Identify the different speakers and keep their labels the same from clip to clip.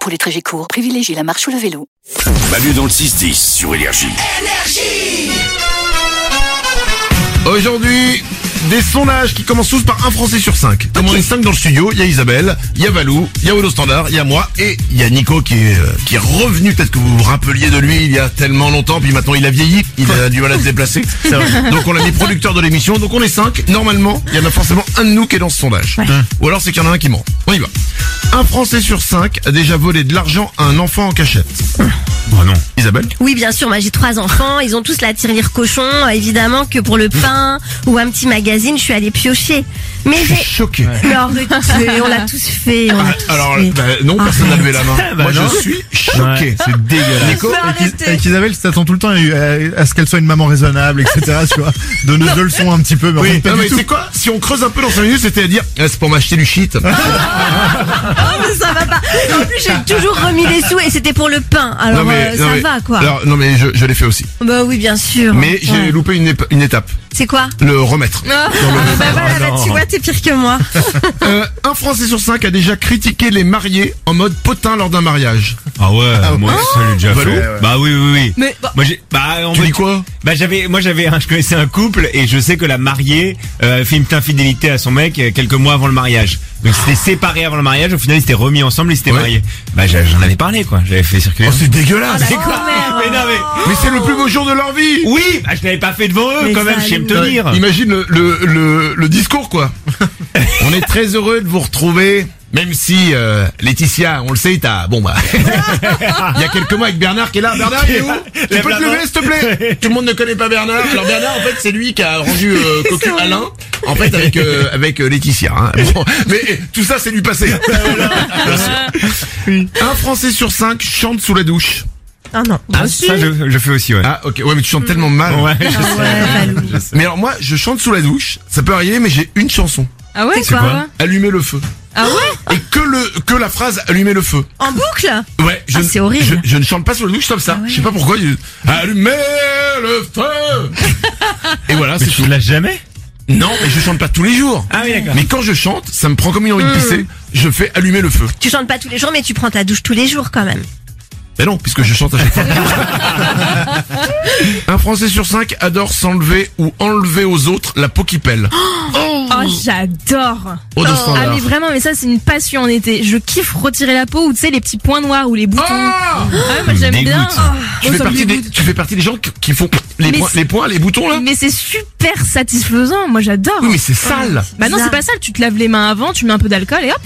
Speaker 1: Pour les trajets courts, privilégiez la marche ou le vélo.
Speaker 2: Manu dans le 6-10 sur Énergie.
Speaker 3: Aujourd'hui, des sondages qui commencent tous par un Français sur cinq. Comme on est cinq dans le studio, il y a Isabelle, il y a Valou, il y a Wolo Standard, il y a moi et il y a Nico qui est, euh, qui est revenu. Peut-être que vous vous rappeliez de lui il y a tellement longtemps, puis maintenant il a vieilli, il a du mal à se déplacer. Donc on l'a mis producteur de l'émission, donc on est cinq. Normalement, il y en a forcément un de nous qui est dans ce sondage. Ou alors c'est qu'il y en a un qui ment. On y va. Un Français sur cinq a déjà volé de l'argent à un enfant en cachette. Ah non. Isabelle
Speaker 4: Oui, bien sûr, moi j'ai trois enfants, ils ont tous la tirelire cochon. Euh, Évidemment que pour le pain ou un petit magazine, je suis allée piocher. Mais
Speaker 3: Je suis
Speaker 4: j'ai...
Speaker 3: choqué.
Speaker 4: Mais on le- on l'a tous fait, on l'a tous
Speaker 3: Alors,
Speaker 4: fait.
Speaker 3: bah, non, personne n'a levé la main.
Speaker 5: bah
Speaker 3: Moi,
Speaker 5: non.
Speaker 3: je suis choqué.
Speaker 5: C'est dégueulasse.
Speaker 3: Nico,
Speaker 5: Avec, Is- avec Isabelle, tu t'attends tout le temps à, à- à ce qu'elle soit une maman raisonnable, etc. tu vois. De nos deux leçons un petit peu, mais en fait,
Speaker 3: Oui,
Speaker 5: pas
Speaker 3: non,
Speaker 5: du
Speaker 3: mais
Speaker 5: tout.
Speaker 3: c'est quoi Si on creuse un peu dans 5 minutes, c'était à dire Ah, c'est pour m'acheter du shit.
Speaker 4: Oh, mais ça va pas. En plus, j'ai toujours remis des sous et c'était pour le pain. Alors euh, ça
Speaker 3: mais-
Speaker 4: va quoi.
Speaker 3: alors, non, mais je, je l'ai fait aussi.
Speaker 4: Bah oui, bien sûr.
Speaker 3: Mais j'ai
Speaker 4: Ouais.
Speaker 3: loupé une, épa- une étape
Speaker 4: C'est quoi
Speaker 3: le remettre.
Speaker 4: Ah, bah voilà, bah, tu vois, t'es pire que moi.
Speaker 3: Euh, un Français sur 5 a déjà critiqué les mariés en mode potin lors d'un mariage.
Speaker 6: Ah ouais, moi ça l'ai déjà
Speaker 3: Valou
Speaker 6: fait. ouais. Bah oui, oui, oui.
Speaker 4: Mais bah,
Speaker 6: Moi j'ai, bah en
Speaker 3: Tu
Speaker 6: fait-
Speaker 3: dis quoi
Speaker 6: Bah j'avais, moi j'avais, un- je connaissais un couple et je sais que la mariée euh, filme infidélité à son mec euh, quelques mois avant le mariage. Donc ils s'étaient séparés avant le mariage, au final ils s'étaient remis ensemble, ils s'étaient
Speaker 3: Ouais.
Speaker 6: mariés. Bah j'a- j'en avais parlé quoi, j'avais fait circuler.
Speaker 3: Oh, c'est dégueulasse
Speaker 6: Mais quoi Mais non mais,
Speaker 3: Mais c'est le plus beau jour de leur vie
Speaker 6: oui, bah, je l'avais pas fait devant eux
Speaker 4: Mais
Speaker 6: quand même,
Speaker 4: ça,
Speaker 6: je sais me
Speaker 3: Ouais,
Speaker 6: tenir.
Speaker 3: Imagine le, le, le, le discours, quoi. on est très heureux de vous retrouver. Même si euh, Laetitia, on le sait, t'as bon bah il y a quelques mois avec Bernard qui est là. Bernard, il est où Tu
Speaker 6: Lève
Speaker 3: peux
Speaker 6: la
Speaker 3: te
Speaker 6: main.
Speaker 3: lever s'il te plaît Tout le monde ne connaît pas Bernard. Alors Bernard, en fait, c'est lui qui a rendu euh, cocu Alain. En fait, avec euh, avec euh, Laetitia. hein. Bon, mais eh, tout ça, c'est lui passé.
Speaker 4: Ben
Speaker 3: Bien sûr. Un Français sur cinq chante sous la douche.
Speaker 4: Ah non.
Speaker 6: Ah, ça je, je fais aussi ouais.
Speaker 3: Ah ok, ouais, mais tu chantes tellement mal.
Speaker 6: Ouais, je
Speaker 4: Ah
Speaker 6: sais.
Speaker 4: ouais, Valou.
Speaker 3: Mais alors moi, je chante sous la douche. Ça peut arriver, mais j'ai une chanson.
Speaker 4: Ah ouais, quoi,
Speaker 3: Allumer le feu.
Speaker 4: Ah ouais
Speaker 3: Et que le que la phrase allumer le feu.
Speaker 4: En boucle
Speaker 3: Ouais, je,
Speaker 4: Ah,
Speaker 3: ne-
Speaker 4: c'est horrible. Ah
Speaker 3: je, je ne chante pas sur le douche comme ça. Je sais pas pourquoi. je- Allumer le feu. Et voilà, c'est
Speaker 6: Mais tu
Speaker 3: tout.
Speaker 6: l'as jamais
Speaker 3: Non, mais je chante pas tous les jours.
Speaker 6: Ah oui d'accord.
Speaker 3: Mais quand je chante, ça me prend comme une envie de
Speaker 4: Hmm.
Speaker 3: pisser. Je fais allumer le feu.
Speaker 4: Tu chantes pas tous les jours, mais tu prends ta douche tous les jours quand même.
Speaker 3: Mais non, puisque je chante à chaque fois. Un Français sur cinq adore s'enlever ou enlever aux autres la peau qui pèle.
Speaker 7: Oh, j'adore
Speaker 3: Au dos standard.
Speaker 7: Ah mais vraiment, mais ça c'est une passion en été. Je kiffe retirer la peau ou tu sais les petits points noirs ou les boutons.
Speaker 3: Ah
Speaker 7: ah ouais, moi j'aime bien.
Speaker 6: dégoûte.
Speaker 7: Oh,
Speaker 3: tu,
Speaker 7: oh,
Speaker 3: fais
Speaker 7: ça me
Speaker 3: partie des,
Speaker 7: dégoûte.
Speaker 3: tu fais partie des gens qui- qui font les,
Speaker 7: Mais
Speaker 3: points,
Speaker 7: c'est-
Speaker 3: les points, les boutons là
Speaker 7: Mais c'est super satisfaisant, moi j'adore.
Speaker 3: Oui, mais c'est sale.
Speaker 7: Bah non, c'est pas sale, tu te laves les mains avant, tu mets un peu d'alcool et hop.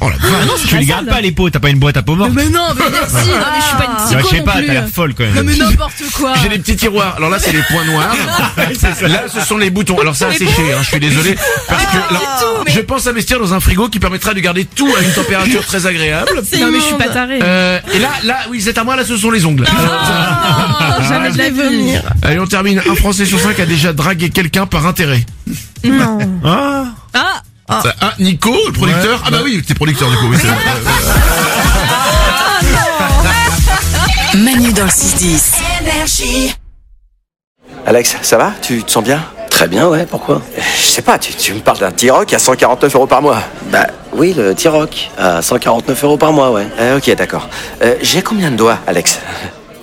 Speaker 3: Oh la vache.
Speaker 6: tu les gardes pas les pots, t'as pas une boîte à peau morte.
Speaker 7: Mais non, mais merci, non mais je suis pas une
Speaker 6: Ouais,
Speaker 7: psycho
Speaker 6: Bah, je sais
Speaker 7: non
Speaker 6: pas,
Speaker 7: plus.
Speaker 6: t'as l'air folle quand
Speaker 7: Non
Speaker 6: même.
Speaker 7: mais n'importe quoi.
Speaker 3: J'ai des petits tiroirs. Alors là, c'est les points noirs. Là, ce sont les boutons. Alors ça,
Speaker 7: Les Ah,
Speaker 3: c'est séché. Hein, je suis désolé. Parce que alors, je pense investir dans un frigo qui permettra de garder tout à une température très agréable.
Speaker 7: Non mais je suis pas tarée.
Speaker 3: Euh, et là, là, oui, c'est à moi. Là, ce sont les ongles.
Speaker 7: Oh,
Speaker 6: Ah,
Speaker 7: jamais de la vie.
Speaker 3: Allez, on termine. Un Français sur cinq a déjà dragué quelqu'un par intérêt.
Speaker 6: Ah.
Speaker 7: Ah,
Speaker 3: Ça- Ah, Nico, le producteur. ah bah oui, t'es producteur du coup. Oui, c'est vrai.
Speaker 1: Manu dans le 6-10.
Speaker 8: Alex, ça va Tu te sens bien
Speaker 9: Très bien, ouais, pourquoi
Speaker 8: Je sais pas, tu, tu me parles d'un T-Rock à 149 euros par mois.
Speaker 9: Bah oui, le T-Rock, à 149 euros par mois, ouais.
Speaker 8: Euh, ok, d'accord. Euh, J'ai combien de doigts, Alex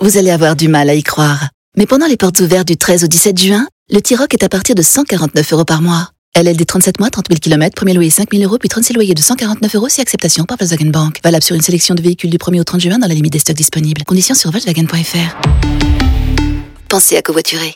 Speaker 1: Vous allez avoir du mal à y croire. Mais pendant les portes ouvertes du 13 au 17 juin, le T-Rock est à partir de 149 euros par mois. LLD 37 mois, 30 000 km, premier loyer 5 000 euros, puis 36 loyers de 149 euros si acceptation par Volkswagen Bank. Valable sur une sélection de véhicules du 1er au 30 juin dans la limite des stocks disponibles. Conditions sur Volkswagen.fr. Pensez à covoiturer.